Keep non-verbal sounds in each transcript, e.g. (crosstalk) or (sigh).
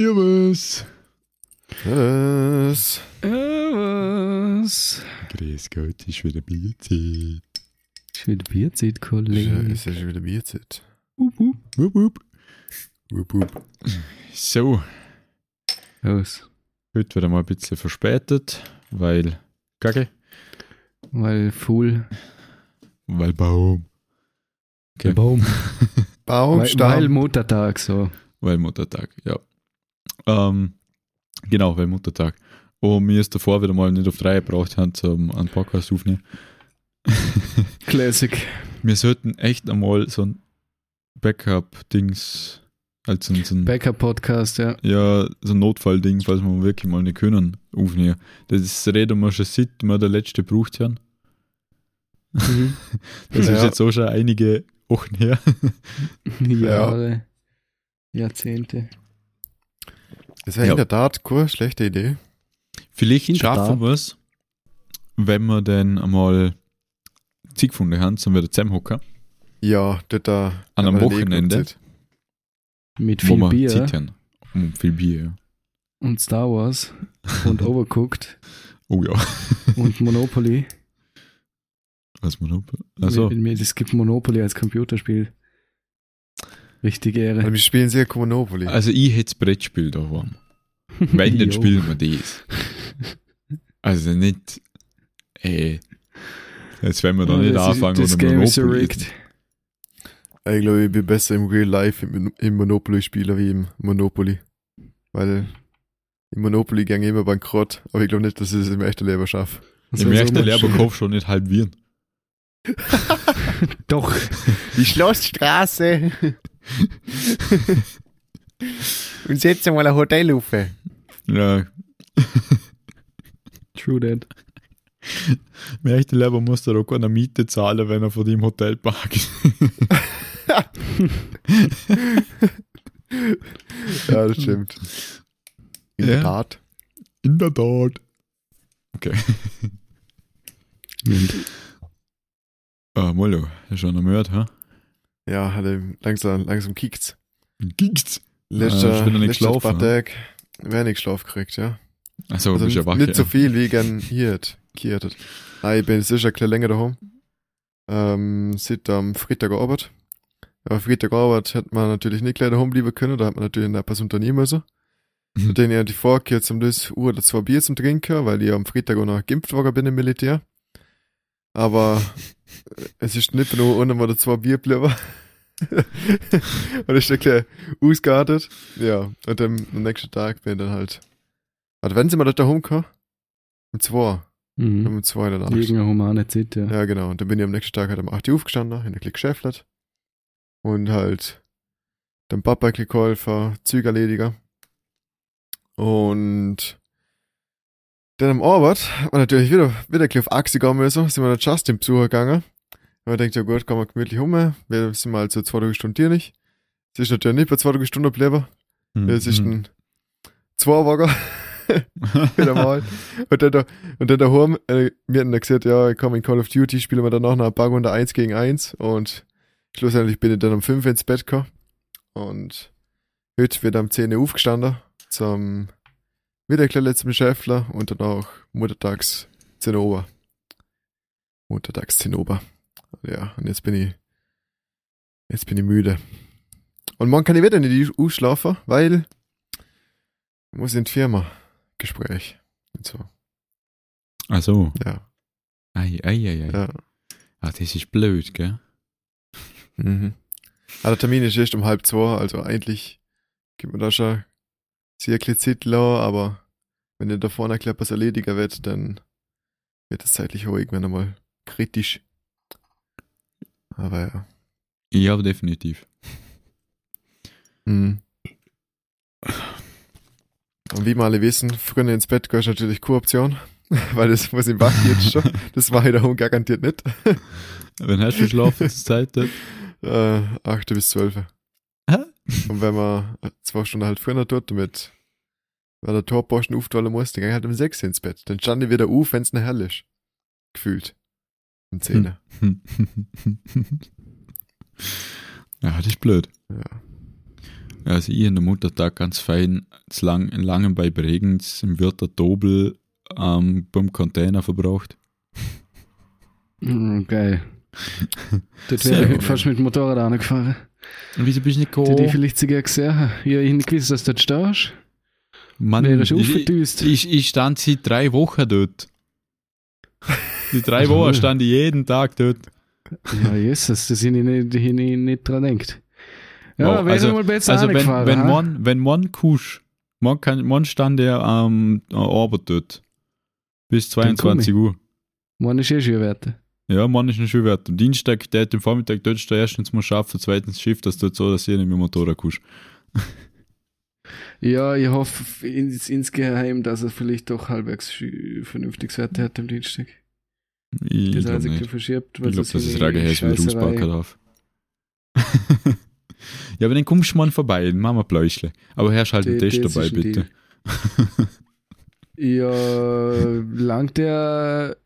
Iris. Was? Was? Grüß Gott, ist wieder Bierzeit. Ist wieder Bierzeit, Kollege. Ist ja schon wieder Bierzeit. Upp, upp. Wup, wup. Wupp, wupp. So, Los. heute wieder mal ein bisschen verspätet, weil Kacke, Weil Fool. weil Baum, Okay. Baum. Weil, weil Baumstamm. Muttertag so. weil Muttertag, ja. Ähm, genau, weil Muttertag. Und mir ist davor wieder mal nicht auf drei gebraucht haben zum einen Podcast aufnehmen. Classic. Wir sollten echt einmal so ein Backup-Dings, als so ein, so ein Backup-Podcast, ja. Ja, so ein Notfallding, falls wir wirklich mal nicht können, aufnehmen. Das ist, reden wir schon seit wir der letzte gebraucht haben. Mhm. (laughs) Das ist Ja. jetzt auch schon einige Wochen her. Jahre. Jahrzehnte. Das wäre Ja. in der Tat keine schlechte Idee. Vielleicht In der schaffen Tat. wir es, wenn wir dann einmal zig gefunden haben, sind wir wieder zusammenhocken, Ja, dort da. An einem Wochenende? Mit wo viel wir Bier Zeit haben. Um viel Bier, ja. und Star Wars (laughs) und Overcooked Oh ja, und Monopoly. was man Also, Mir- mir- Es gibt Monopoly als Computerspiel. Richtige Also Ehre. wir spielen sehr Monopoly. also ich hätte das Brettspiel da warm. Wenn, dann Jo. (laughs) spielen wir das. Also nicht, ey. Jetzt werden wir da Ja, nicht das ist- anfangen Das und Game is so Monopoly rigged. Äh. Ich glaube, ich bin besser im Real Life im, Mon- im Monopoly Spieler wie im Monopoly. Weil im Monopoly gang ich immer bankrott, aber ich glaube nicht, dass ich es im echten Leben schaffe. Das Ihr war so merkt, der much- Lehrberkopf schon nicht halbieren. (laughs) Doch. Die Schlossstraße. Und setze mal ein Hotel auf. Ja, True that. der echte Lehrer muss da auch keine Miete zahlen, wenn er von dem Hotel parkt. Ja, das stimmt. Ja. In der Tat. In der Tat. Ah, Mollo, hast du schon gehört, hä? Ja, hat ihm langsam, langsam kickt's. Ging's? Letzter, Äh, Ah, ich bin noch nicht ne? letzter geschlafen, Spartak, wer nicht geschlafen kriegt, ja. Achso, Also bist ja wach. nicht ja. so viel wie gern hiert, gehirtet. Nein, ich bin sicher ein bisschen länger daheim. Ähm, seit am Freitag gearbeitet. Aber Freitag gearbeitet hätte man natürlich nicht gleich daheim bleiben können, da hat man natürlich noch etwas unternehmen müssen. Mhm. Den ich die vorgekehrt zum das Uhr oder zwei Bier zum Trinken, weil ich am Freitag auch noch geimpft worden bin im Militär. Aber äh, es ist nicht nur ohne mal zwei Bier geblieben. (laughs) und ich bin gleich ausgeartet. Ja, und dann am nächsten Tag bin ich dann halt. Also wenn sie mal da rumkommen, um zwei, Mhm. um zwei in der Nacht. Irgendeine humane Zeit, ja. Ja, genau. Und dann bin ich am nächsten Tag halt um 8 Uhr aufgestanden, in der Klick geschäftelt. Und halt dem Papa Klick geholfen, Züge erlediger. Und dann am Arbeit hat man natürlich wieder, wieder ein bisschen auf Achse gehen müssen, sind wir dann Justin besuchen gegangen. Und man denkt, ja gut, kommen wir gemütlich rum, wir sind mal so zwei, drei Stunden hier nicht. Es ist natürlich nicht bei zwei, drei Stunden geblieben, Mhm. es ist ein Zwei-Wagen wieder mal. Und dann, da, und dann daheim, äh, wir hatten dann gesagt, ja, komm in Call of Duty, spielen wir dann noch eine paar Runde 1 gegen 1 und schlussendlich bin ich dann um 5 ins Bett gekommen und heute wird am 10 Uhr aufgestanden zum Mittagler zum Schäffler und dann auch Muttertags Zinnober. Muttertags Zinnober. Ja, und jetzt bin ich, jetzt bin ich müde. Und morgen kann ich wieder nicht ausschlafen, weil ich muss in die Firma. Gespräch. Und so. Ach so. Ja, Ei, ei, ei, ei. ja. Ah, das ist blöd, gell? Mhm. Ah, der Termin ist erst um halb zwei, also eigentlich gibt man da schon sehr viel Zeit lau, aber wenn ihr da vorne erklärt, was erlediger wird, dann wird es zeitlich auch irgendwann einmal kritisch. Aber ja. Ja, definitiv. Mhm. Und wie wir alle wissen, früher ins Bett gehört natürlich Kuroption, (laughs) weil das muss im Wach jetzt schon. Das war ich daheim garantiert nicht. Wenn hast du geschlafen zur Zeit? (laughs) dann- Äh, 8 bis 12. Hä? Und wenn man zwei Stunden halt früher tut, damit, weil der Torposten aufdollen muss, dann ging halt um 6 ins Bett. Dann stand ich wieder auf, wenn's nachher ist. Gefühlt. Um 10. ja, das ist blöd. Ja. Also ich und der Mutter da ganz fein zu lang, in Langen bei Bregenz im Wirter Dobel ähm, beim Container verbraucht. Mm, (laughs) geil. Dort Sehr wäre gut. ich fast mit dem Motorrad angefahren. Und wieso bist du nicht Die ich vielleicht sogar gesehen habe. Ja, ich hätte nicht gewusst, dass du dort stehst. Mann, Wäre ich ich, aufgedüst. ich, ich stand seit drei Wochen (laughs) dort. Die drei Wochen stand ich jeden Tag dort. Ja, Jesus, das hätte ich nicht, hätte ich nicht dran denkt. Ja, Wow, wäre also- mal besser Also wenn, angefahren, wenn ha? man, wenn man kusch, man kann, man stand der am ähm, Arbeit dort. Bis Dann komm ich. 22 Uhr. Mann ist eh schon wert. Ja, man ist ein Schulwert. Am Dienstag, der hat am Vormittag dort ist der erstens mal schaffen, zweitens Schiff, das tut so, dass ihr nicht mit dem Motorrad kusch. Ja, ich hoffe ins, insgeheim, dass er vielleicht doch halbwegs schü- vernünftiges Werte hat am Dienstag. Ich Das glaube, einzige nicht. verschiebt, Ich weil glaube, das sonst ist hätte ich Ragehaus wie eh Scheißerei. Rußbacker drauf. (laughs) ja, aber dann kommst du mal vorbei, dann machen wir Bläuchle. Aber herrsch halt einen Die- Test das dabei, ist ein bitte. (laughs) Ja, langt der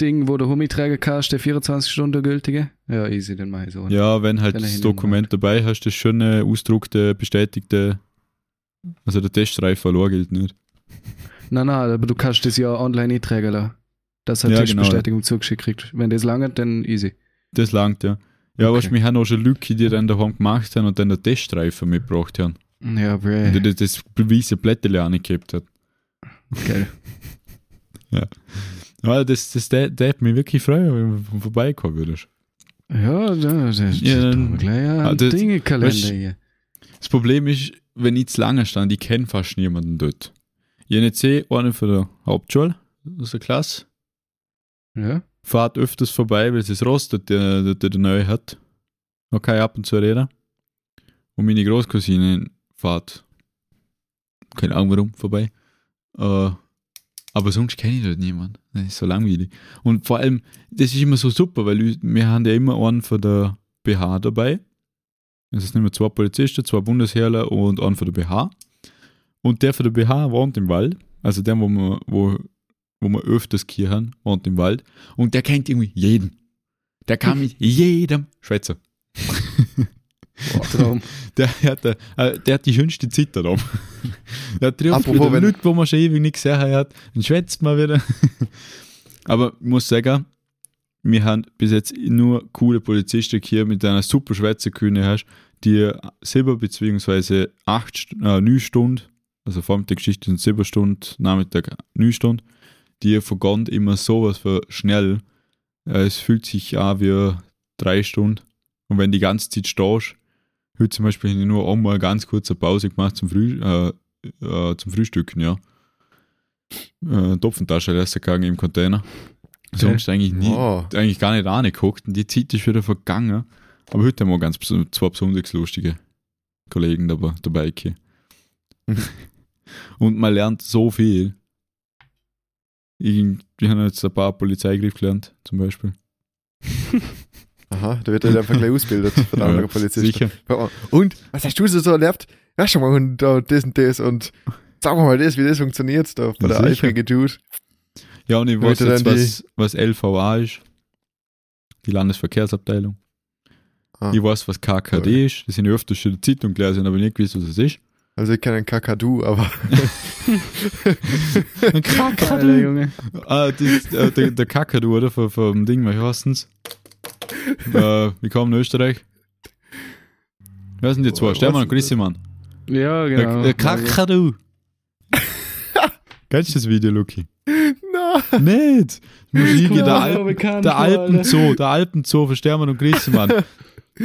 Ding, wo der Humiträger kannst, der 24 Stunden gültige? Ja, easy, den mach ich so. Ja, wenn halt Wenn er das hin- Dokument dabei hast, das schöne, ausdruckte, bestätigte. Also der Teststreifen verloren gilt nicht. Nein, nein, aber du kannst das ja online eintragen lassen. Das hat Ja, ja, genau, Testbestätigung zugeschickt kriegt. Wenn das langt, dann easy. Das langt, ja. Ja, Okay. was mich haben auch schon Leute, die dann daheim gemacht haben und dann den Teststreifen mitgebracht haben. Ja, Und bräh. die das weiße Blätterle angehabt hat. (laughs) Geil. Ja, das, das, der, der hat mich wirklich freuen, wenn du vorbeikommen würdest. Ja, da, das ist Ja, dann- gleich ein Ah, das- Dingekalender weißt- hier. Das Problem ist, wenn ich zu lange stand, ich kenne fast niemanden dort. Ich nicht sehe, einen von der Hauptschule, aus der Klasse, Ja? fahrt öfters vorbei, weil es das rostet, der, der, der neue hat. Noch keine ab und zu reden. Und meine Großcousine fahrt, keine Ahnung warum, vorbei. Äh, aber sonst kenne ich dort niemanden. Das ist so langweilig. Und vor allem, das ist immer so super, weil wir haben ja immer einen von der BH dabei. Es sind immer zwei Polizisten, zwei Bundesheerler und einen von der BH. Und der von der BH wohnt im Wald. Also der, wo wir, wo, wo wir öfters hier haben, wohnt im Wald. Und der kennt irgendwie jeden. Der kann (laughs) mit jedem Schweizer. (laughs) Traum. Der hat, äh, äh, der hat die schönste Zeit da (laughs) oben. Der trifft Apropos, wieder wenn- Leute, wo man schon ewig nicht gesehen hat. Dann schwätzt man wieder. (laughs) Aber ich muss sagen, wir haben bis jetzt nur coole Polizisten hier mit einer super Schweizer Kühne hast, die selber beziehungsweise 8, St- äh, 9 Stunden, also Vormittag Schicht sind 7 Stunden, Nachmittag 9 Stunden, die vergangen immer sowas für schnell. Äh, Es fühlt sich auch wie drei Stunden. Und wenn die ganze Zeit stehst, heute zum Beispiel habe ich nur einmal ganz kurze Pause gemacht zum, Früh, äh, äh, zum Frühstücken, ja. Äh, Topfentasche lässt er gegangen im Container. Sonst eigentlich nie, Wow. eigentlich gar nicht angeguckt und die Zeit ist wieder vergangen. Aber heute haben wir ganz bes- zwei besonders lustige Kollegen dabei, dabei gehabt. (laughs) Und man lernt so viel. Ich, ich habe jetzt ein paar Polizeigriff gelernt, zum (laughs) Beispiel. Aha, da wird er halt einfach gleich ausgebildet von anderen Polizisten. Sicher. Und, was hast du so so erlebt? Ja, schon mal und da, das und das und sagen wir mal das, wie das funktioniert da bei der Sicher. eifrige Dude. Ja, und ich Damit weiß du jetzt, dann die- was, was LVA ist. Die Landesverkehrsabteilung. Ah. Ich weiß, was KKD Sorry. ist. Das sind ja öfters schon in der Zeitung gelesen, aber ich nicht gewusst, was es ist. Also ich kenne einen Kakadu, aber (laughs) Ein Alter, Junge. Ah, das, äh, der, der Kakadu, oder? Vom, vom Ding, wie heißt es? Äh, wie kommen in Österreich? Wer sind die zwei? Was? Stefan und Grissemann. Ja, Der, genau. der (laughs) Kakadu. Kennst du das Video, Luki? na, Nicht! Musik in der, Klar, Alpen, bekannt, der Alter. (laughs) Alpenzoo, der Alpenzoo für Stermann und Grissemann.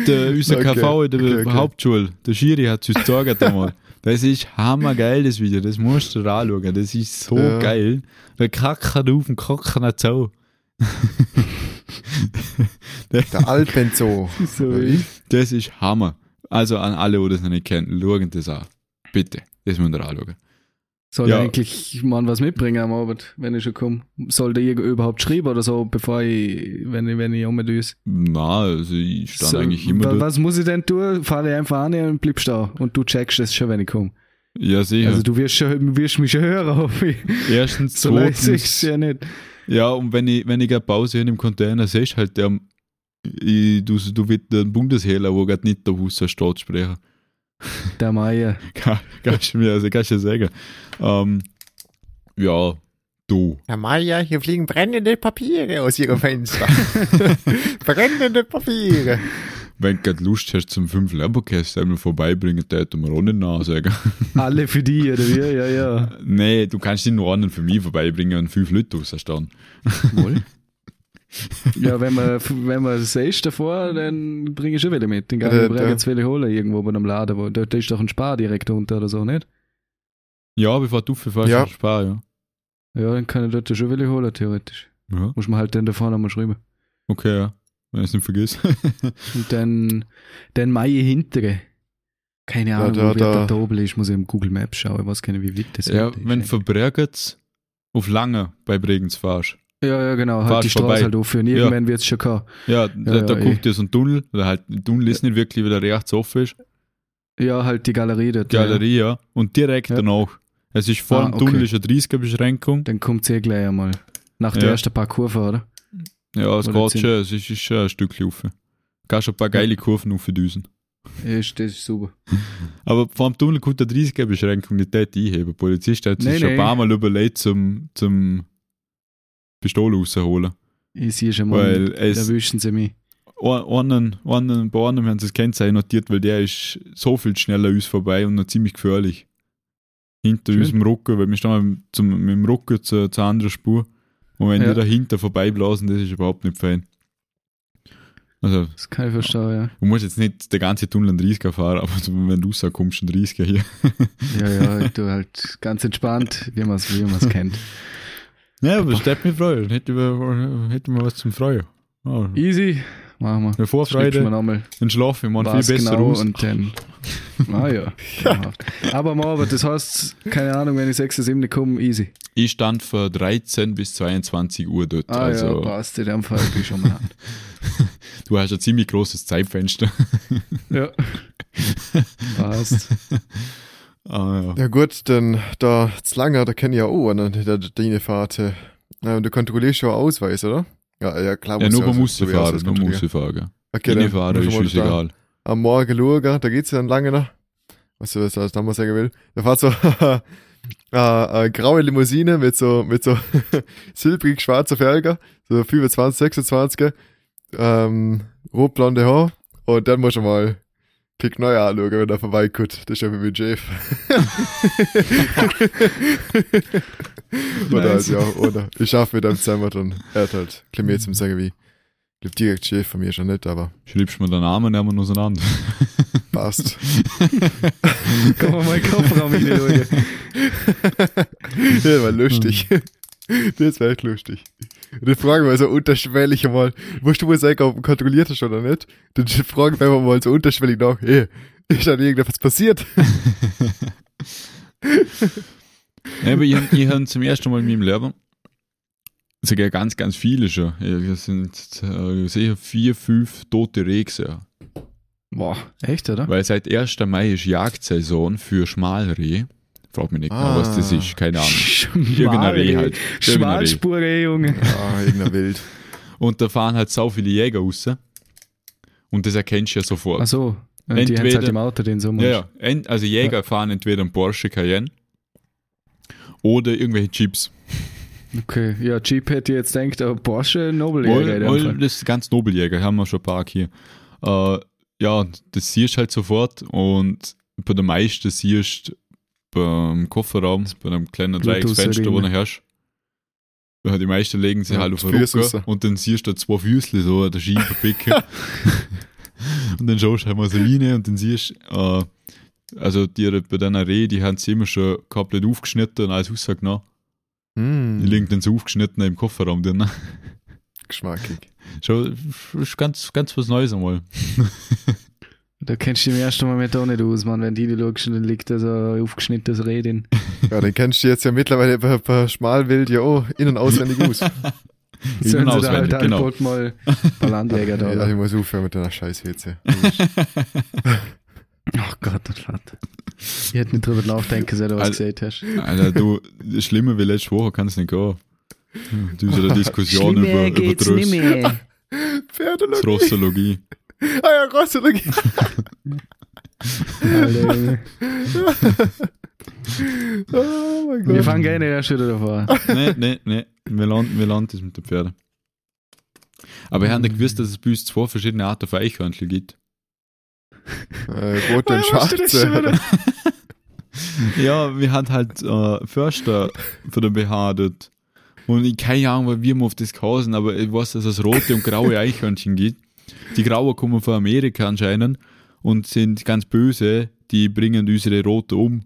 Der unser Okay, KV in der okay, okay. Hauptschule, der Schiri hat es uns gezeigt einmal. Das ist hammergeil, das Video, das musst du dir anschauen, das ist so Ja. geil. Der Kakadu auf dem Kackner Zoo. der Alpenzo. So Oder wie wie? ich. Das ist Hammer. Also an alle, die das noch nicht kennen, schauen das an. Bitte. Das müsst ihr anschauen. Soll Ja. eigentlich man was mitbringen am Abend, wenn ich schon komme? Soll der irgend- überhaupt schreiben oder so, bevor ich, wenn ich, wenn ich umdüse? Na, also ich stand so, eigentlich immer wa- dort. Was muss ich denn tun? Fahre ich einfach an und bleibst da. Und du checkst es schon, wenn ich komme. Ja, sicher. Also du wirst, schon, wirst mich schon hören, (laughs) hoffe ich. Erstens, So leicht ist es zweitens. ja nicht. Ja, und wenn ich, wenn ich gerade Pause in dem Container sehe, halt (laughs) der, ich, du, du wirst ein Bundesheller, wo gerade nicht der Husser Staat sprechen. Der Meier. Kann, kannst du mir, also kannst du sagen. Ähm, ja, du. Herr Maya, hier fliegen brennende Papiere aus Ihrem (laughs) Fenster. brennende Papiere. Wenn du gerade Lust hast zum 5 Lamborghini einmal vorbeibringen, der hätte mir auch nicht nachsagen. (laughs) Alle für die, oder wie? Ja, ja. nee, du kannst ihn nur einen für mich vorbeibringen und 5 Leute auserstehen. Wohl. Ja, wenn man, wenn man das ist davor, dann bringe ich schon welche mit. Den kann Ja, ich ja. mir jetzt welche holen irgendwo bei einem Laden. Wo, da, da ist doch ein Spar direkt unter oder so, nicht? Ja, bevor du verfährst, Ja. ja. Spar, ja. Ja, dann kann ich dort schon welche holen, theoretisch. Ja, Muss man halt dann davor nochmal schreiben. okay, ja. Wenn ich es nicht vergiss. (laughs) Und dann, dann meine hintere. Keine Ja, Ahnung, da- wo wird da- der Dobel ist, muss ich im Google Maps schauen. Ich weiß gar nicht, wie weit das ja, ist. wenn du verbrügelt auf lange bei Bregenz fährst. Ja, ja, genau. Halt Fahrst die Straße vorbei. halt aufhören. Irgendwann wird's schon kommen. Ja, da, ja, da eh. kommt dir so ein Tunnel, oder halt, ein Tunnel ist nicht wirklich, weil der rechts offen ist. Ja, halt die Galerie dort. Ja. Galerie, ja. Und direkt Ja. danach. Es ist vor Ah, dem Tunnel okay. ist eine 30er-Beschränkung. Dann kommt's eh gleich einmal. Nach der Ja. ersten paar Kurven, oder? Ja, es Oder geht zehn. schon, es ist, ist schon ein Stückchen rauf. Kannst schon ein paar geile Kurven aufdüsen. Ist, das ist super. Aber vor dem Tunnel kommt eine 30er-Beschränkung, nicht dort einheben. Der Polizist hat sich Nee, schon ein nee. paar Mal überlegt, zum, zum Pistole rausholen. Ich sehe schon mal. Weil da es wüssten sie mich. einen, einen, bei einem haben sie das Kennzeichen notiert, weil der ist so viel schneller uns vorbei und noch ziemlich gefährlich. Hinter Schön. uns im Rücken, weil wir stehen zum, mit dem Rücken zur, zur anderen Spur. Und wenn Ja. die dahinter vorbeiblasen, das ist überhaupt nicht fein. Also, Das kann ich verstehen, du musst jetzt nicht den ganzen Tunnel an 30er fahren, aber (laughs) so, wenn du rauskommst, ein 30er hier. ja. Ja, ja, du halt ganz entspannt, wie man es wie man's kennt. Ja, aber das mich freuen. Hätte wir, hätte wir was zum Freuen. Oh, Easy, machen wir. eine Schreibst mir Vorfreude, nochmal. ein Schlaf, wir machen Was viel besser genau aus. und dann. Ah ja. traumhaft. Aber Morbert, das heißt, keine Ahnung, wenn ich 6 oder 7 komme, easy. Ich stand von 13 bis 22 Uhr dort. Ah ja, also, passt in dem Fall, bin ich schon (laughs) mal an. du hast ein ziemlich großes (laughs) Zeitfenster. Ja. Passt. ah, ja. Ja gut, denn da Zlanger, da kenne ich ja auch einen, der deine Fahrt. äh, Ja, und du kontrollierst schon Ausweis, oder? Ja, ja klar. ja, musst nur du man muss Ausweis- fahren, Ausweis nur muss kontrollieren. fahren. Okay, Keine Genau. dann Fahrer müssen ist wir uns da egal. Am Morgen schauen, da geht's ja in Langener. Was ich das damals sagen will. Da fährt so (laughs) eine, eine graue Limousine mit so, mit so (laughs) silbrig schwarzer Felger, so 25, 26, ähm, rotblonde Haar. Und dann musst du mal Pick neu anschauen, wenn er vorbeikommt. Das ist ja wie Jeff. (laughs) (laughs) Oder halt, Nice. ja, oder. Ich schaffe mit einem Zimmer dann. Er hat halt, ich mir jetzt im Sagen wie. Ich glaube, direkt Chef von mir schon nicht, aber Schreibst mir den Namen, nehmen wir ihn auseinander. passt. Kann man mal in den Kofferraum hineinschauen. das war lustig. Das war echt lustig. Und dann fragen wir so unterschwellig mal, musst du mal sagen, ob kontrolliert ist oder nicht? Dann fragen wir mal so unterschwellig nach, hey, ist da irgendetwas passiert? Ja, aber ich, hab- ich habe zum ersten Mal in meinem Leben, sogar ganz, ganz viele schon, es sind äh, sicher vier, fünf tote Rehe gesehen. Boah, echt, oder? Weil seit 1. Mai ist Jagdsaison für Schmalrehe. Frag mich nicht Ah. genau, was das ist, keine Ahnung. Irgendein Reh halt. Irgendein Reh. Schmalspurreh, Junge. Ja, Ah, irgendein Wild. Und da fahren halt so viele Jäger raus. Und das erkennst du ja sofort. Ach so. Und die haben Entweder- halt im Auto den Sommer. ja, ja. Ent, also Jäger fahren entweder einen Porsche Cayenne oder irgendwelche Jeeps. Okay, ja, Jeep hätte ich jetzt denkt, aber Porsche Nobel Wohl, wohl, ja, das ist ganz Nobeljäger, haben wir schon ein paar hier. Äh, ja, und das siehst du halt sofort und bei den meisten siehst du beim Kofferraum, bei einem kleinen Bluetooth-Sirene. Dreiecksfenster, wo du hast. Ja, die meisten legen sich Ja, halt auf die den Füße Rücken raus. und dann siehst du da zwei Füßle so an der Schiene picken. und dann schaust du halt mal so rein und dann siehst du, äh, also die, bei deiner Reh, die haben sie immer schon komplett aufgeschnitten und alles rausgenommen. Die Mm, liegen dann so aufgeschnitten im Kofferraum drin. geschmackig. Schon ist ganz, ganz was Neues einmal. Da kennst du im ersten Moment auch nicht aus, Mann. Wenn die die schaust, dann liegt da so ein aufgeschnittenes Reh (laughs) drin. Ja, den kennst du jetzt ja mittlerweile bei, bei Schmalwild ja auch in- und auswendig (laughs) aus. Sollen sie da auswendig, halt genau. halt mal bei (laughs) Landjäger da. ja, oder? ich muss aufhören mit deiner scheiß Hitze. Ach Gott, oh Gott. Ich hätte nicht drüber nachdenken sollen, was Also- du gesagt hast. Alter, du, schlimmer wie letzte Woche kann es nicht gehen. Diese Diskussion über, über Tröst, (laughs) mehr. (laughs) Pferdologie. Trostologie. (laughs) Ah ja, Rossologie. Alter, Junge. oh mein Wir Gott. fangen gerne erst wieder davor. Nein, nein, nein. Wir landen, wir landen das mit den Pferden. Aber ich habe nicht gewusst, dass es bei uns zwei verschiedene Arten von Eichhörnchen gibt. Äh, rot und schwarz. Ja, wir haben halt äh, Förster von der behaart. Und ich keine Ahnung, wie wir auf das gehausen, aber ich weiß, dass es rote und graue Eichhörnchen gibt. Die grauen kommen von Amerika anscheinend und sind ganz böse. Die bringen unsere rote um.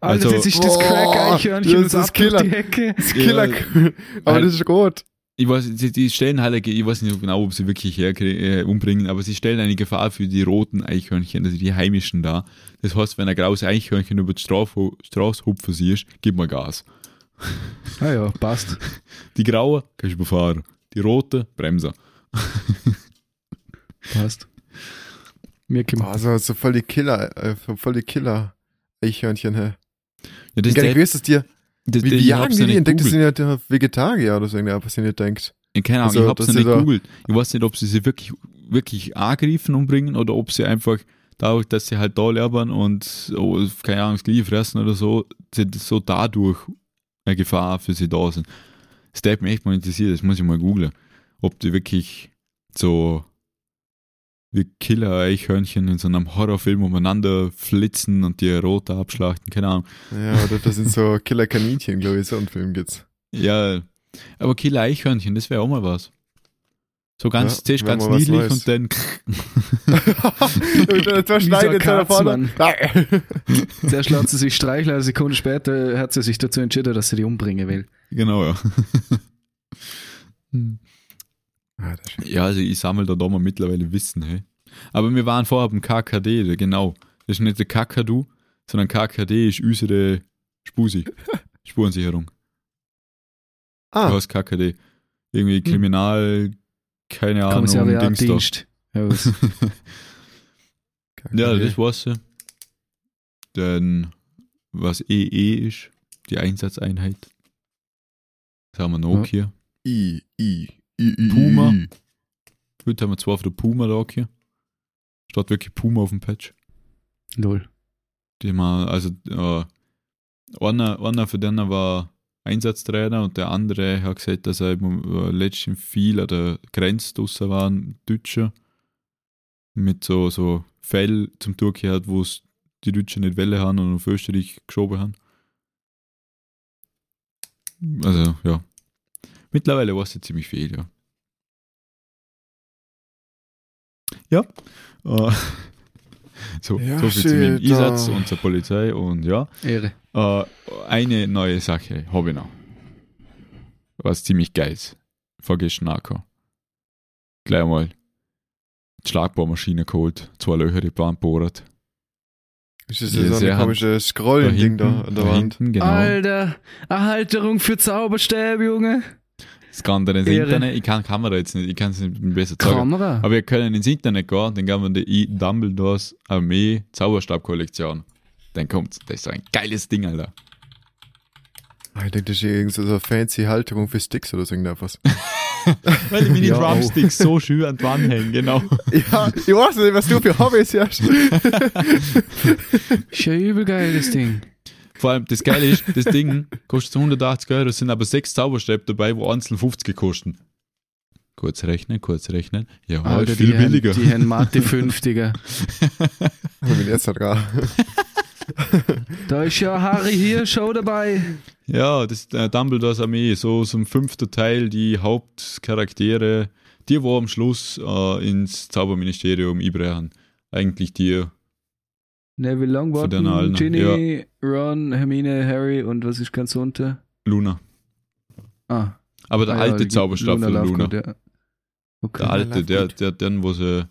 Also, Also- das ist das Boah, Crack-Eichhörnchen, das das ist ab durch Killer. die Hecke. Das Killer. Aber das ist rot. Ich weiß, die, die stellen halt, ich weiß nicht genau, ob sie wirklich herkrie- äh, umbringen, aber sie stellen eine Gefahr für die roten Eichhörnchen, also die heimischen da. Das heißt, wenn ein graues Eichhörnchen über die Strafe- Straße hupfen siehst, gib mal Gas. Ah ja, passt. Die grauen kannst du überfahren, die roten bremsen. Passt. Mir kommt Also, so voll die Killer, äh, voll die Killer. Eichhörnchen, hä? Ja, Ich das, gar nicht das, gewusst, dass dir, das, wie, ich wie jagen hab's die ja die? nicht Entdeckt, das googelt. sind ja der Vegetarier oder so irgendwas, was ihr nicht denkt. Ja, Keine Ahnung, also, ich hab's dass ja nicht sie da- googelt. Ich weiß nicht, ob sie sie wirklich, wirklich angreifen umbringen oder ob sie einfach dadurch, dass sie halt da labern und, oh, keine Ahnung, das Glied fressen oder so, sie so dadurch eine Gefahr für sie da sind. Das hat mich echt mal interessiert, das muss ich mal googlen. Ob die wirklich so wie Killer-Eichhörnchen in so einem Horrorfilm umeinander flitzen und die Rote abschlachten, keine Ahnung. Ja, oder das (laughs) sind so Killer-Kaninchen, glaube ich, so einen Film (laughs) gibt's. Ja, aber Killer-Eichhörnchen, das wäre auch mal was. So ganz, Ja, zuerst wenn ganz man was niedlich weiß. und dann Und dann Dieser verschneidet er da vorne. Ah. Zuerst lässt sie sich streicheln, eine Sekunde später hat sie sich dazu entschieden, dass sie die umbringen will. Genau, ja. (laughs) Ah, das (laughs) ist- Ja, also ich sammle da doch mal mittlerweile Wissen, hey. Aber wir waren vorher beim KKD, da- genau. Das ist nicht der Kakadu, sondern KKD ist unsere Spusi. Spurensicherung. Ah. Ah, heißt KKD. Irgendwie Kriminal, keine Ahnung, Kommissariat, um Dings da. Dienst. Ja, (laughs) was? Ja, okay. das war's. ja. Dann, was EE ist, die Einsatzeinheit. Das haben wir noch Ja. hier. I, I, I, I, Puma. I. Heute haben wir zwar auf der Puma da hier. Statt wirklich Puma auf dem Patch. Lol. die mal, also äh, einer, einer von denen war Einsatztrainer und der andere hat gesagt, dass er im äh, letzten viel an der Grenze draussen war, ein Deutscher, mit so, so Fell zum Tour gehört, wo es die Deutschen nicht Welle haben und auf Österreich geschoben haben. Also, ja. Mittlerweile weiß ich ziemlich viel, ja. Ja. Äh, (laughs) so, Ja, so viel zu meinem shit, ah. Einsatz und zur Polizei und ja. Ehre. Äh, eine neue Sache habe ich noch. Was ziemlich geil ist. Vergessen auch. Gleich mal die Schlagbohrmaschine geholt, zwei Löcher die Bahn bohrt. Ist das Ja, sehr so Oh, ein hand- komisches Scrollen-Ding da an der da Wand? hinten, genau. Alter, Erhalterung für Zauberstäbe, Junge. Das kann dann ins Irre. Internet. Ich kann die Kamera jetzt nicht, ich kann es nicht besser zeigen. Kamera. Aber wir können ins Internet gehen, dann gehen wir in die I- Dumbledores Armee Zauberstabkollektion. Dann kommt's. Das ist so ein geiles Ding, Alter. Ah, Ich denke, das ist irgend so eine fancy Halterung für Sticks oder (laughs) so irgendwas. Weil die Ja, oh. Mini-Drumsticks so schön an die Wand hängen, genau. ja, ich weiß nicht, was du für (laughs) Hobbys hast. Ist ja übel geil, das Ding. Vor allem, das Geile ist, das Ding kostet 180 Euro, es sind aber sechs Zauberstäbe dabei, wo einzeln 50 kosten. Kurz rechnen, kurz rechnen. Ja, ist viel die haben- billiger. Die haben Mathe (laughs) 50er. Ich bin jetzt dran. Da ist ja Harry hier, Show dabei. Ja, das äh, Dumbledores Armee, so zum fünften Teil, die Hauptcharaktere, die wo am Schluss äh, ins Zauberministerium haben. Eigentlich die, Neville Von den Longbottom, allen, Ginny, Ron, Hermine, Harry und was ist ganz unter? Luna. Ah. Aber der ah ja, alte die- Zauberstab von Luna. Lovegood, ja. Okay. Der alte, Love der, Good. der, den, wo sie,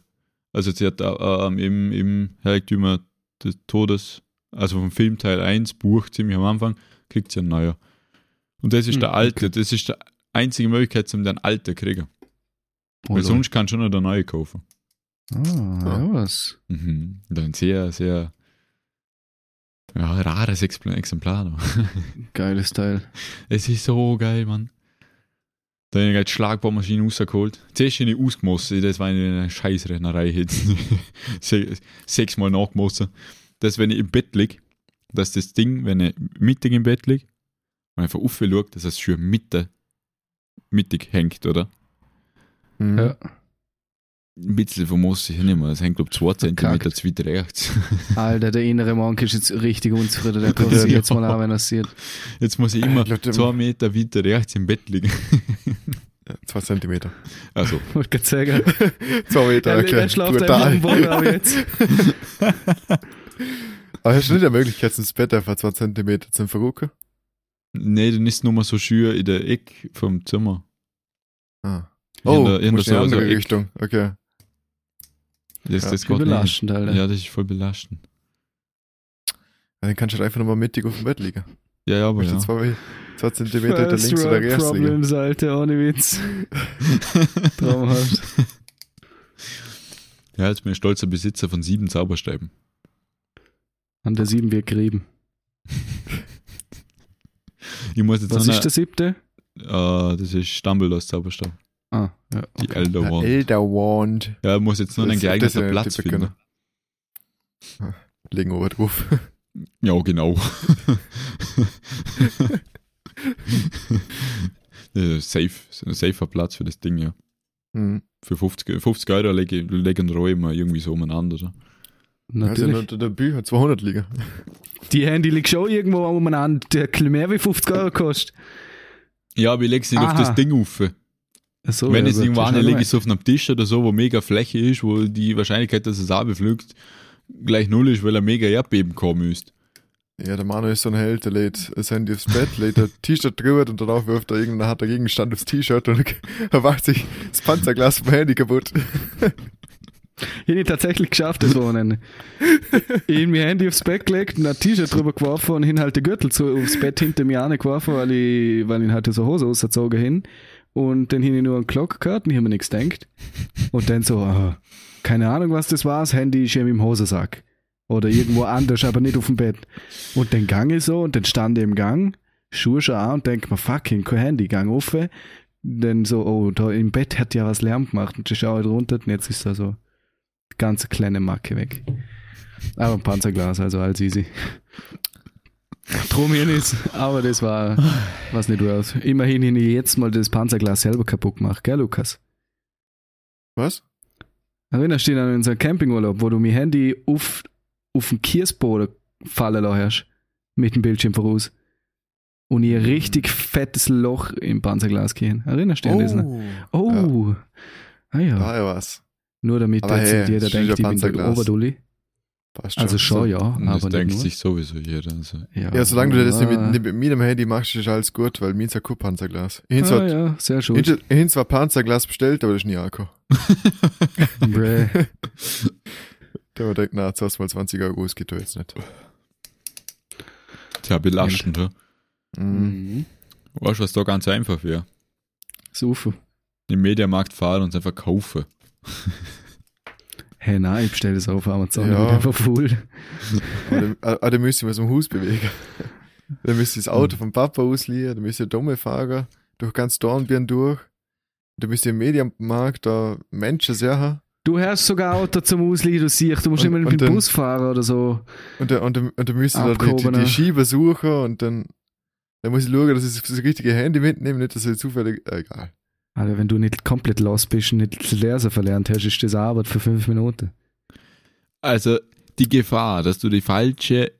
also sie hat ähm, im, im Heiligtümer des Todes, also vom Film Teil 1, Buch ziemlich am Anfang, kriegt sie einen neuer. Und das ist Hm, der alte, das ist die einzige Möglichkeit, zum den alten kriegen. Oh, Weil Lord. sonst kann schon noch der neue kaufen. Ah, ja, was? Mhm. Und Ein sehr, sehr ja, rares Expl- Exemplar. noch. Geiles Teil. Es ist so geil, Mann. Da habe ich gleich die Schlagbohrmaschine rausgeholt. Zuerst habe ich ausgemossen, das war eine Scheißrennerei jetzt. (laughs) Se- Sechsmal nachgemossen. Dass wenn ich im Bett liege, dass das Ding, wenn ich mittig im Bett liege, und einfach aufschaue, dass es schön Mitte, mittig hängt, oder? Mhm. Ja. Ein bisschen vermosse ich nicht mehr. Es hängt, glaube ich, 2 cm Verkackt. zu weit rechts. (laughs) Alter, der innere Monk ist jetzt richtig unzufrieden. (laughs) Der kommt Ja. sich jetzt mal an, wenn er sieht. Jetzt muss ich immer Ich glaub, der- 2 Meter weiter rechts im Bett liegen. Zwei Zentimeter. Also, (laughs) Wollte (laughs) gerade sagen. Zwei Meter, Er, okay. er schlaft einfach Brutal. am Boden ab (laughs) jetzt. Aber hast du nicht die Möglichkeit, ins Bett einfach zwei Zentimeter zu vergucken? nee, dann ist es nur mal so schön in der Ecke vom Zimmer. Ah. In der- in musst der- in so- die so andere Eck. Richtung. Okay. Das, Ja, das geht nicht. Belastend, Alter. Ja, das ist voll belastend. Ja, dann kannst du halt einfach nochmal mittig auf dem Bett liegen. Ja, ja, aber Musst du Oh ja. (laughs) zwei, zwei Zentimeter hinter links halt oder rechts liegen. Problems, Alter, ohne Witz. Traumhaft. (laughs) Ja, jetzt bin ich stolzer Besitzer von sieben Zauberstäben. (laughs) An der sieben wird gerieben. Ich muss jetzt Was noch- ist der siebte? Äh, das ist Dumbledores Zauberstab. Ah, ja. Die Elder Wand. Elder Wand. ja, ich muss jetzt nur Das einen ist- das ist geeigneten ja Platz die finden. Beginner. Legen oben drauf. (laughs) Ja, genau. das ist ein safe, ein safer Platz für das Ding, ja. Hm. Für 50, 50 Euro lege ich- legen Räume mal irgendwie so umeinander. oder? Also Natürlich. nur der, der Bü hat 200 liegen. Die Handy liegt schon irgendwo umeinander, der ein bisschen mehr wie 50 Euro kostet. Ja, aber ich lege es nicht auf Aha. das Ding auf. Ach So, Wenn ja, ich es gut, irgendwo das ist anlege, normal. ist es auf einem Tisch oder so, wo mega Fläche ist, wo die Wahrscheinlichkeit, dass es abbeflügt, gleich null ist, weil er mega Erdbeben kommen müsste. Ja, der Manu ist so ein Held, der lädt das Handy aufs Bett, (laughs) lädt ein T-Shirt drüber und danach wirft er irgendeinen harten Gegenstand aufs T-Shirt und (laughs) erwacht sich das Panzerglas vom Handy kaputt. (laughs) Ich habe tatsächlich geschafft, das Wochenende. ich habe mein Handy aufs Bett gelegt, und ein T-Shirt drüber geworfen und hin halt den Gürtel zu, aufs Bett hinter mir angeworfen, weil ich, weil ich halt so Hose rausgezogen hin. Und dann habe ich nur einen Glock gehört und ich habe mir nichts gedacht. Und dann so, ah, keine Ahnung, was das war, das Handy ist eben im Hosensack. Oder irgendwo anders, aber nicht auf dem Bett. Und dann gang ich so und dann stand ich im Gang, Schuhe schon an und denk mir, fucking, kein Handy, Gang offen. Dann so, oh, da im Bett hat ja was Lärm gemacht und dann schaue ich runter und jetzt ist da so ganze kleine Marke weg. Aber ein Panzerglas, also alles easy. Drum hier nichts, aber das war was nicht wert. Immerhin hätte ich jetzt mal das Panzerglas selber kaputt gemacht, gell, Lukas? Was? Erinnerst du dich an unseren Campingurlaub, wo du mein Handy auf, auf den Kiesboden fallen lassen hast? Mit dem Bildschirm voraus. Und ihr richtig fettes Loch im Panzerglas gehen. Erinnerst du dich an das? noch? Oh! Ah ja. Da war was. Nur damit Aber jetzt hey, nicht jeder es ist ja denkt, ich bin der Panzerglas. Oberdulli. Passt Also schon, ja, Und das aber nicht denkt nur. sich sowieso jeder. Also. Ja, solange du das nicht Ah. mit, nicht mit meinem Handy machst, ist alles gut, weil meins hat kein Panzerglas. Ich Ah, habe ja, sehr schön. ja. zwar Panzerglas bestellt, aber das ist nie angekommen. (laughs) Bräh. Da hab ich gedacht, na, zahlst mal 20 Euro, es geht doch jetzt nicht. Tja, belastend. Ja. Mhm. Mhm. Weißt du, was da ganz einfach wäre? Sufu. Im Mediamarkt fahren und es einfach kaufen. Hä, hey, nein, ich bestelle das auf Amazon. Ja. Ja. einfach voll. Aber dann- aber dann müsste ich mich aus dem Haus (laughs) bewegen. Dann müsste ich das Mm. Auto vom Papa ausleihen, dann müsste ich dumme fahren, durch ganz Dornbirn durch. Dann müsste ich im Medienmarkt da Menschen sehen. Du hast sogar Auto zum Ausleihen, du siehst. Du musst Und- immer und mit dann- dem Bus fahren oder so. Und dann, und dann, und dann müsste ich da die, die, Abgehobener. die Schieber suchen und dann, dann muss ich schauen, dass ich das richtige Handy mitnehme, nicht, dass ich zufällig. äh, Egal. Alter, wenn du nicht komplett los bist und nicht zu lesen verlernt hast, ist das Arbeit für fünf Minuten. Also, die Gefahr, dass du die falsche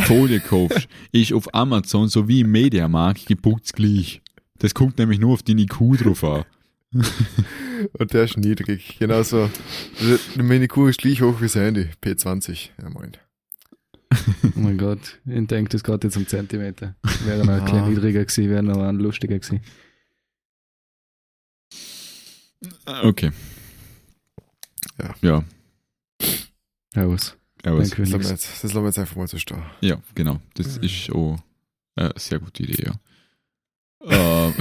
Folie kaufst, ist auf Amazon sowie im Mediamarkt gebucht gleich. Das guckt nämlich nur auf die IQ drauf an. Und der ist niedrig. Genau Genauso. Der Minikur ist gleich hoch wie das Handy. P20. Ja, moin. Oh mein Gott, ich denke, das geht jetzt um Zentimeter. Wäre noch ein Ah. bisschen niedriger gewesen, wäre noch ein lustiger gewesen. Okay. Ja. Ja, Ja, was? aber Danke Das für lassen wir nichts. jetzt, das lassen wir jetzt einfach mal so stehen. Ja, genau. Das Mhm. ist auch eine sehr gute Idee, ja. ähm,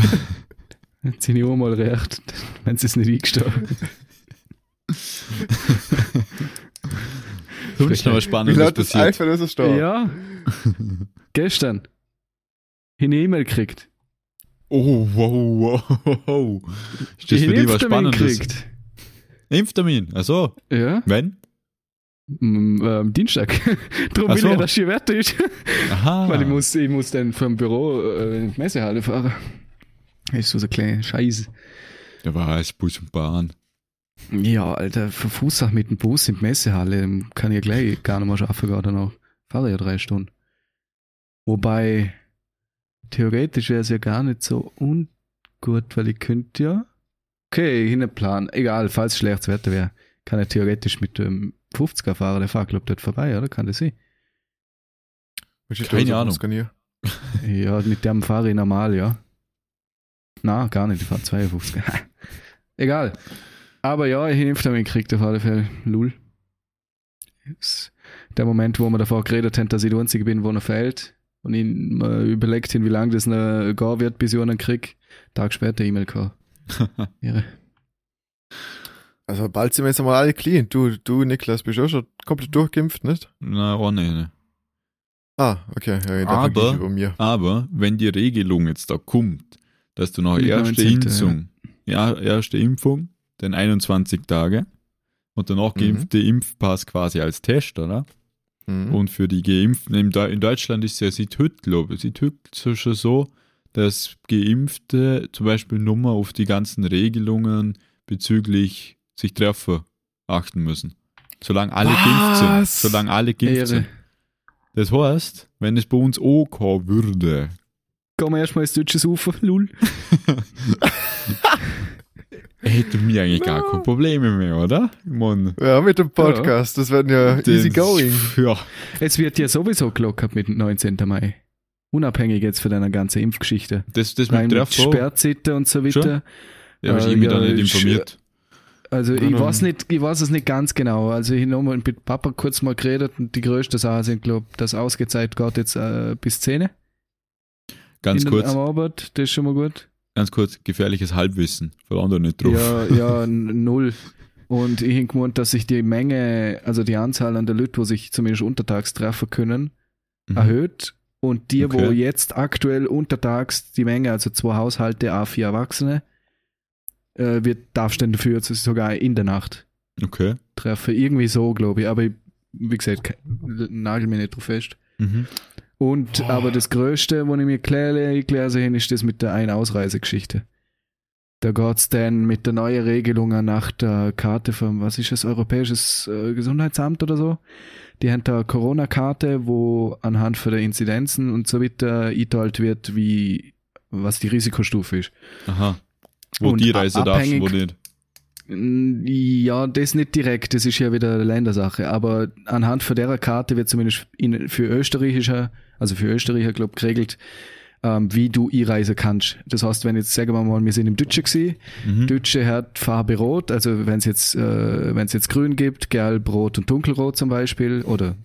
Jetzt sind ich auch mal recht, (laughs) wenn sie es nicht eingestanden sonst noch was Wie Spannendes lautet das passiert. einfach nur so stehen? Ja. Gestern. Habe ich eine E-Mail gekriegt. Oh, wow, wow, wow. Ist das Ich für hab dich was Impftermin Spannendes? gekriegt. Impftermin, also, Ja, wenn? am ähm, Dienstag. (laughs) Darum Ach will so. Ah. ich ja, dass hier wert ist. Aha. (laughs) Weil ich muss, ich muss dann vom Büro äh, in die Messehalle fahren. Das ist so eine kleine Scheiße. Der war heiß, Bus und Bahn. Ja, Alter, für Fußsack mit dem Bus in die Messehalle kann ich ja gleich gar nicht mehr schaffen, gerade noch. Fahre ja drei Stunden. Wobei, theoretisch wäre es ja gar nicht so ungut, weil ich könnte ja. Okay, hin Plan. Egal, falls schlechtes Wetter wäre, kann er theoretisch mit dem 50er fahren. Der Fahrclub dort vorbei, oder? Kann das sein? Willst du die Keine Dose Ahnung. ausscanieren? Ja, mit dem fahre ich normal, ja. Na, gar nicht, ich fahre 52. (laughs) Egal. Aber ja, ich impfe damit gekriegt, auf alle Fälle. Lul. Ist der Moment, wo wir davor geredet haben, dass ich der Einzige bin, wo noch fehlt. Und ich mir überlegt habe, wie lange das noch gehen wird, bis ich einen krieg. Tag später E-Mail gehabt. (laughs) Irre. Also bald sind wir jetzt mal alle clean. Du, du Niklas, bist auch schon komplett durchgeimpft, nicht? Na, ohne. ne. Ah, okay. Ja, da Aber- vergesse ich über mir. Aber wenn die Regelung jetzt da kommt, dass du nach Mit erste 19., Impfung, ja, erste Impfung, dann 21 Tage und danach Mhm. geimpfte Impfpass quasi als Test, oder? Mhm. Und für die Geimpften, in, Deu- in Deutschland ist es ja seit heute, glaube ich, seit heute so- schon so, dass Geimpfte zum Beispiel nur mehr auf die ganzen Regelungen bezüglich sich treffen achten müssen. Solange alle geimpft Was? sind. Solange alle geimpft Irre. sind. Das heißt, wenn es bei uns auch kommen würde, Gehen wir erstmal ins deutsche Ufer. Lul. hätten wir eigentlich gar keine Probleme mehr, oder? Ich mein, Ja, mit dem Podcast. Das werden ja das- easy going. Ja, Es wird ja sowieso gelockert mit dem 19. Mai. Unabhängig jetzt von deiner ganzen Impfgeschichte. das, das Nein, mit mit Treffen. auch. Sperrzitten und so weiter. Schon? Ja, aber ich äh, mich ja, da nicht ist- informiert. Also ich Nein, weiß nein. nicht, ich weiß es nicht ganz genau. Also ich habe mal mit Papa kurz mal geredet und die größte Sache sind, glaube ich, das ausgezeigt geht jetzt äh, bis 10 Ganz in, kurz, am Arbeit. Das ist schon mal gut. ganz kurz, gefährliches Halbwissen. Verlangt doch nicht drauf. (laughs) Ja, ja, n- null. Und ich habe gemeint, dass sich die Menge, also die Anzahl an der Leute, wo sich zumindest untertags treffen können, Mhm. erhöht. Und die, wo Okay. jetzt aktuell untertags die Menge, also zwei Haushalte, A4 Erwachsene, äh, wird, darfst du denn dafür jetzt sogar in der Nacht Okay. treffen. Irgendwie so, glaube ich. Aber ich, wie gesagt, ke- nagel mir nicht drauf fest. Mhm. Und aber das Größte, was ich mir kläre, gelesen habe, ist das mit der Ein-Ausreisegeschichte. Da geht es dann mit der neuen Regelung nach der Karte vom, was ist das, Europäisches äh, Gesundheitsamt oder so. Die haben da eine Corona-Karte, wo anhand von der Inzidenzen und so weiter eingeteilt wird, wie was die Risikostufe ist. Aha. Wo Und die Reise darfst und wo abhängig- nicht. Ja, das nicht direkt, das ist ja wieder eine Ländersache, aber anhand von der Karte wird zumindest in, für österreichischer, also für Österreicher, glaube ich, geregelt, ähm, wie du einreisen kannst. Das heißt, wenn jetzt, sagen wir mal, wir sind im Deutschen gewesen, Mhm. Deutsche hat Farbe Rot, also wenn es jetzt, äh, wenn's jetzt grün gibt, gelb, rot und dunkelrot zum Beispiel, oder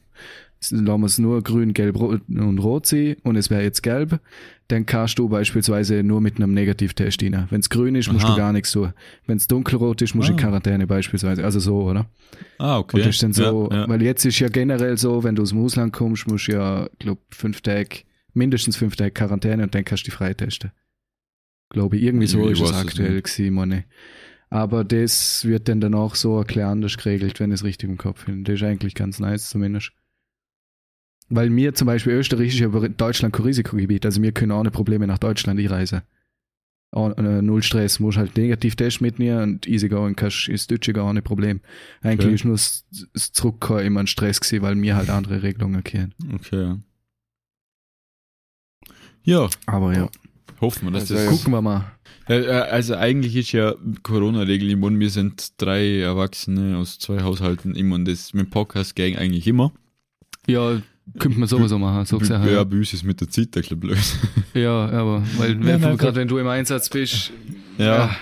s- lassen wir es nur grün, gelb Ro- und rot sehen und es wäre jetzt gelb, dann kannst du beispielsweise nur mit einem Negativtest rein. Wenn es grün ist, musst Aha. du gar nichts tun. Wenn es dunkelrot ist, musst du in Ah. Quarantäne beispielsweise. Also so, oder? Ah, okay. Und das ist dann so, ähm, Ja, ja. weil jetzt ist ja generell so, wenn du aus dem Ausland kommst, musst du ja, glaub, fünf Tage, mindestens fünf Tage Quarantäne und dann kannst du dich freitesten. Glaube ich, irgendwie so Ich ist weiß es es aktuell nicht. gewesen, meine. Aber das wird dann danach so ein klein anders geregelt, wenn ich es richtig im Kopf bin. Das ist eigentlich ganz nice zumindest. Weil mir zum Beispiel Österreich ist ja über Deutschland kein Risikogebiet, also wir können ohne Probleme nach Deutschland einreisen. Oh, äh, null Stress, musst halt Negativtest mitnehmen und easy going, kannst ins Deutsche gar ohne Problem. Eigentlich Okay. ist nur das das Zurückkommen immer ein Stress gewesen, weil mir halt andere Regelungen kennen. Okay, ja. Ja, Aber ja, hoffen wir, dass Also, das. gucken wir mal. Äh, äh, Also eigentlich ist ja Corona-Regel im Bund. Wir sind drei Erwachsene aus zwei Haushalten immer und das mit dem Podcast gang eigentlich immer. Ja, könnte man sowieso machen, so gesagt. Ja, Ja, bei uns ist mit der Zeit ein bisschen blöd. (laughs) ja also aber weil Nein, nein, gerade wenn du im Einsatz bist, Ja,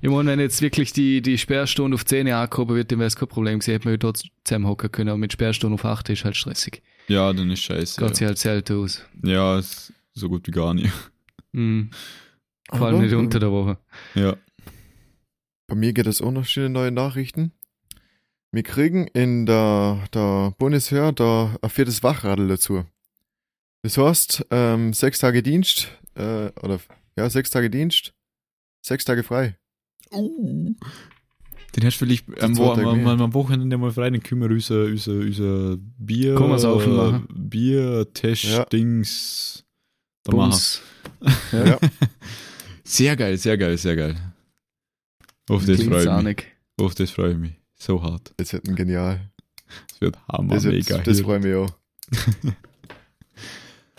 Ich meine, wenn jetzt wirklich die, die Sperrstunde auf 10 Jahre angehoben wird, dann wäre es kein Problem gewesen, hätte man heute dort zusammenhocken können, aber mit Sperrstunde auf 8 ist halt stressig. ja, dann ist scheiße. Geht sich ja, halt selten aus. ja ist so gut wie gar nicht. (laughs) Mhm. Vor allem Aber nicht unter der Woche. Ja. Bei mir geht es auch noch schöne neue Nachrichten. Wir kriegen in der, der Bundeswehr da ein viertes Wachradel dazu. Das heißt, ähm, sechs Tage Dienst äh, oder Ja, sechs Tage Dienst, sechs Tage frei. Uh. Den hast du vielleicht am, Wo- Sonntag am, am, Oh. mehr. am Wochenende mal frei, dann können wir äh, unser, unser, unser Bier, äh, Können wir's saufen machen. Ja. Bier-Test-Dings da machen. Bums. Ja. Sehr geil, sehr geil, sehr geil. Auf das Klingt freue ich mich. saunig. Auf das freue ich mich. So hart. Das wird ein genial. Es wird hammer, Das, wird, mega. das hier. freuen wir auch.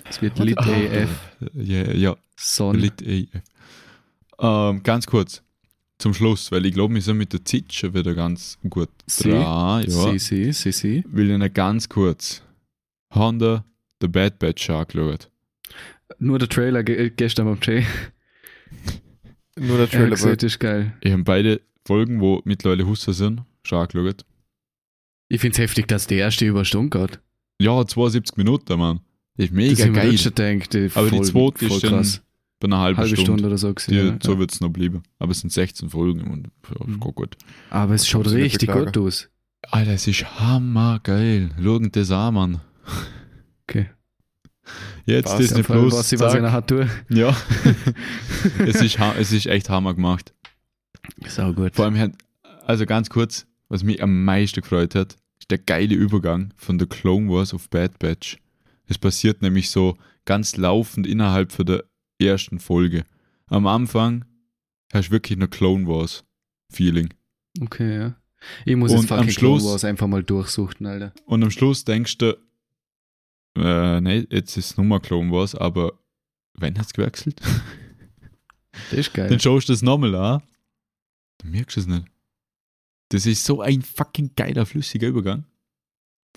Es wird lit Ah. AF. ja, ja, Sonne. Lit AF. Ähm, ganz kurz zum Schluss, weil ich glaube, wir sind mit der Zeit schon wieder ganz gut Sie. dran. Ja. Sie, sie, sie, sie. Will ich noch ganz kurz Honda The Bad Bad Shark schaut. Nur der Trailer ge äh, gestern beim Jay. Nur der Er hat Trailer gesagt, wird. ist geil. Ich habe beide Folgen, wo mittlerweile Husser sind, Shark schaut. Ich find's heftig, dass die erste über eine Stunde geht. Ja, 72 Minuten, Mann. Ist mega das hab ich mir geil. nicht schon gedacht, die Aber die voll, zweite ist voll dann krass. Bei einer halben halbe Stunde, Stunde. oder so Die, gesehen. So ja. wird es noch bleiben. Aber es sind 16 Folgen und ja, ist Mhm. gar gut. Aber es schaut Kannst du nicht richtig beklagen. gut aus. Alter, es ist hammergeil. Schauen das an, Mann. Okay. Jetzt Passt. Disney Auf jeden Fall Plus. weiß ich, was ich zack. noch hat tue. (laughs) ja. es, ist, ha- es ist echt hammer gemacht. Sau gut. Vor allem, hat- also ganz kurz, was mich am meisten gefreut hat, ist der geile Übergang von The Clone Wars auf Bad Batch. Es passiert nämlich so ganz laufend innerhalb von der ersten Folge. Am Anfang hast du wirklich eine Clone Wars Feeling. Okay, ja. Ich muss Und jetzt am fucking Schluss- Clone Wars einfach mal durchsuchten, Alter. Und am Schluss denkst du, äh, nee, jetzt ist Nummer Clone Wars, aber wann hat's gewechselt? Das ist Äh. geil. Dann schaust du das nochmal an. Dann merkst du es nicht. Das ist so ein fucking geiler, flüssiger Übergang.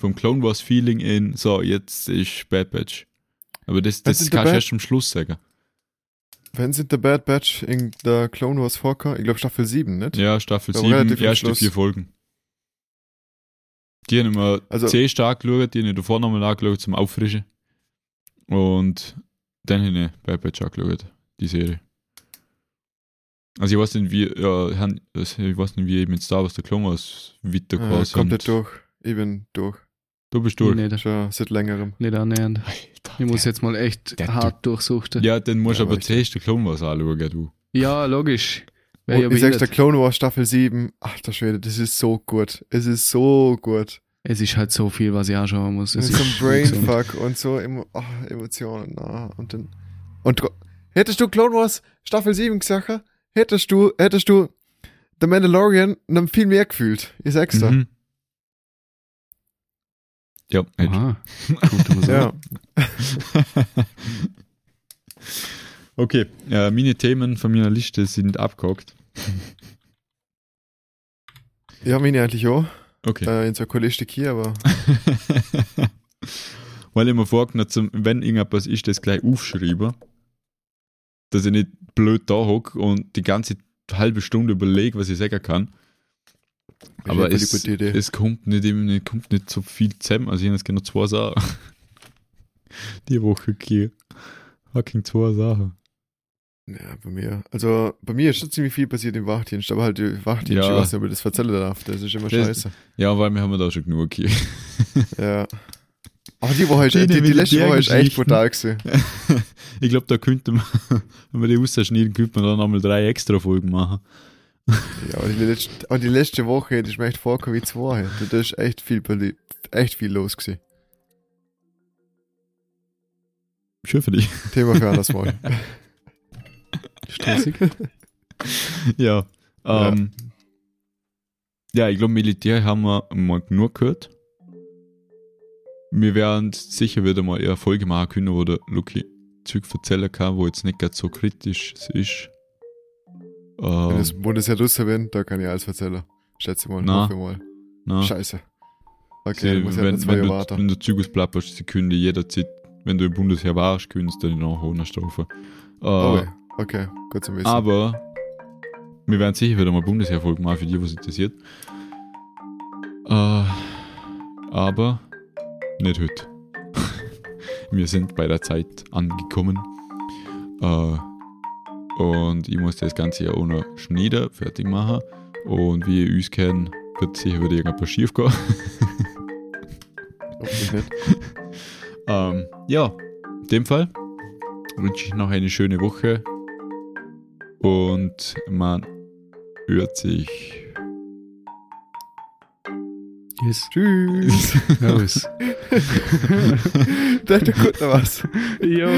Vom Clone Wars Feeling in, so, jetzt ist Bad Batch. Aber das, Was das ist der kannst du Bad- erst am Schluss sagen. Wenn sind der Bad Batch in der Clone Wars vorkam? Ich glaube Staffel 7, nicht? Ja, Staffel Ja, 7, relativ am erste Schluss. vier Folgen. Die haben wir Also- sehr stark geschaut, die haben ich davor nochmal angeschaut zum Auffrischen. Und dann habe ich Bad Batch angeschaut, die Serie. Also ich weiß nicht, wie, ja, haben- ich weiß nicht, wie ich mit Star Wars der Clone Wars weitergekommen Äh, sind. komplett durch. Ich bin durch. Du bist durch. Nee, das Schon seit längerem. nicht annähernd. Ich muss jetzt mal echt Der hart durchsuchten. ja, dann musst du Ja, aber aber ich- zuerst den Clone Wars anschauen, du. Ja, logisch. Wär ja Und ich sag's der behindert. Clone Wars Staffel 7. Ach der Schwede, das ist so gut. Es ist so gut. es ist halt so viel, was ich anschauen muss. Mit Es so ist einem Brainfuck und so Emo ach, Emotionen. Ah, und dann. Und dro- hättest du Clone Wars Staffel 7 gesagt, hättest du, hättest du The Mandalorian dann viel mehr gefühlt. Ich sag's dir. Mhm. Ja, hätte Aha. Gut, muss Ja. (laughs) okay, äh, meine Themen von meiner Liste sind abgehakt. Ja, meine eigentlich auch. Okay. Äh, in so einer Kollistik hier, aber (laughs) Weil ich mir vorgenommen habe, wenn irgendetwas ist, das gleich aufschreiben. Dass ich nicht blöd da hocke und die ganze halbe Stunde überlege, was ich sagen kann. auf Aber jeden Fall es, eine gute Idee. es kommt, nicht, eben- es kommt nicht so viel zusammen. Also, ich habe jetzt genau zwei Sachen. (laughs) Die Woche hier. Fucking zwei Sachen. Ja, bei mir. Also bei mir ist schon ziemlich viel passiert im Wachdienst, aber halt im Wachdienst, Ja. ich weiß nicht, ob ich das erzählen darf. Das ist immer Das- scheiße. Ja, weil wir haben da schon genug hier. Ja. Aber die Woche ist, Die die, die, mit letzte der Woche ist echt Geschichten. brutal gewesen. Ich glaube, da könnte man, wenn wir (laughs) die rausschneiden, könnte man da nochmal drei extra Folgen machen. Ja, aber die letzte, aber die letzte Woche, das ist mir echt vorgekommen wie zwei Wochen. Da da ist echt viel, passiert- echt viel los gewesen. Schön für dich. Thema für (laughs) anders mal. Stressig. Ja. Ähm, ja. ich glaube, Militär haben wir mal genug gehört. Wir werden sicher wieder mal eine Folge machen können, wo der Lucky Zeug erzählen kann, wo jetzt nicht ganz so kritisch es ist. Wenn Ähm, das Bundesjahr Russer bin, da kann ich alles erzählen. Schätze mal, Na. hoffe mal. na, Scheiße. Okay, ne? sie, muss ich halt noch wenn, zwei wenn, Jahre du, warten. wenn du Zeug ausplapperst, sie können dir jederzeit, wenn du im Bundesheer warst, können sie dir nachholen, eine Strafe. Äh, Okay, Oh, okay, gut zum Wissen. Aber wir werden sicher wieder mal Bundesheerfolgen machen für die, was interessiert. Äh, aber nicht heute. (laughs) wir sind bei der Zeit angekommen. Äh, und ich muss das Ganze ja auch noch schneiden, fertig machen. Und wie ihr uns kennt, wird sicher wieder irgendwas schief gehen. (laughs) Hoffentlich nicht. Ähm, ja, in dem Fall wünsche ich noch eine schöne Woche. und man hört sich. Yes. Tschüss. (laughs) Servus. (laughs) da kommt noch was. jo.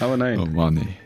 Aber nein. oh Mann, ey.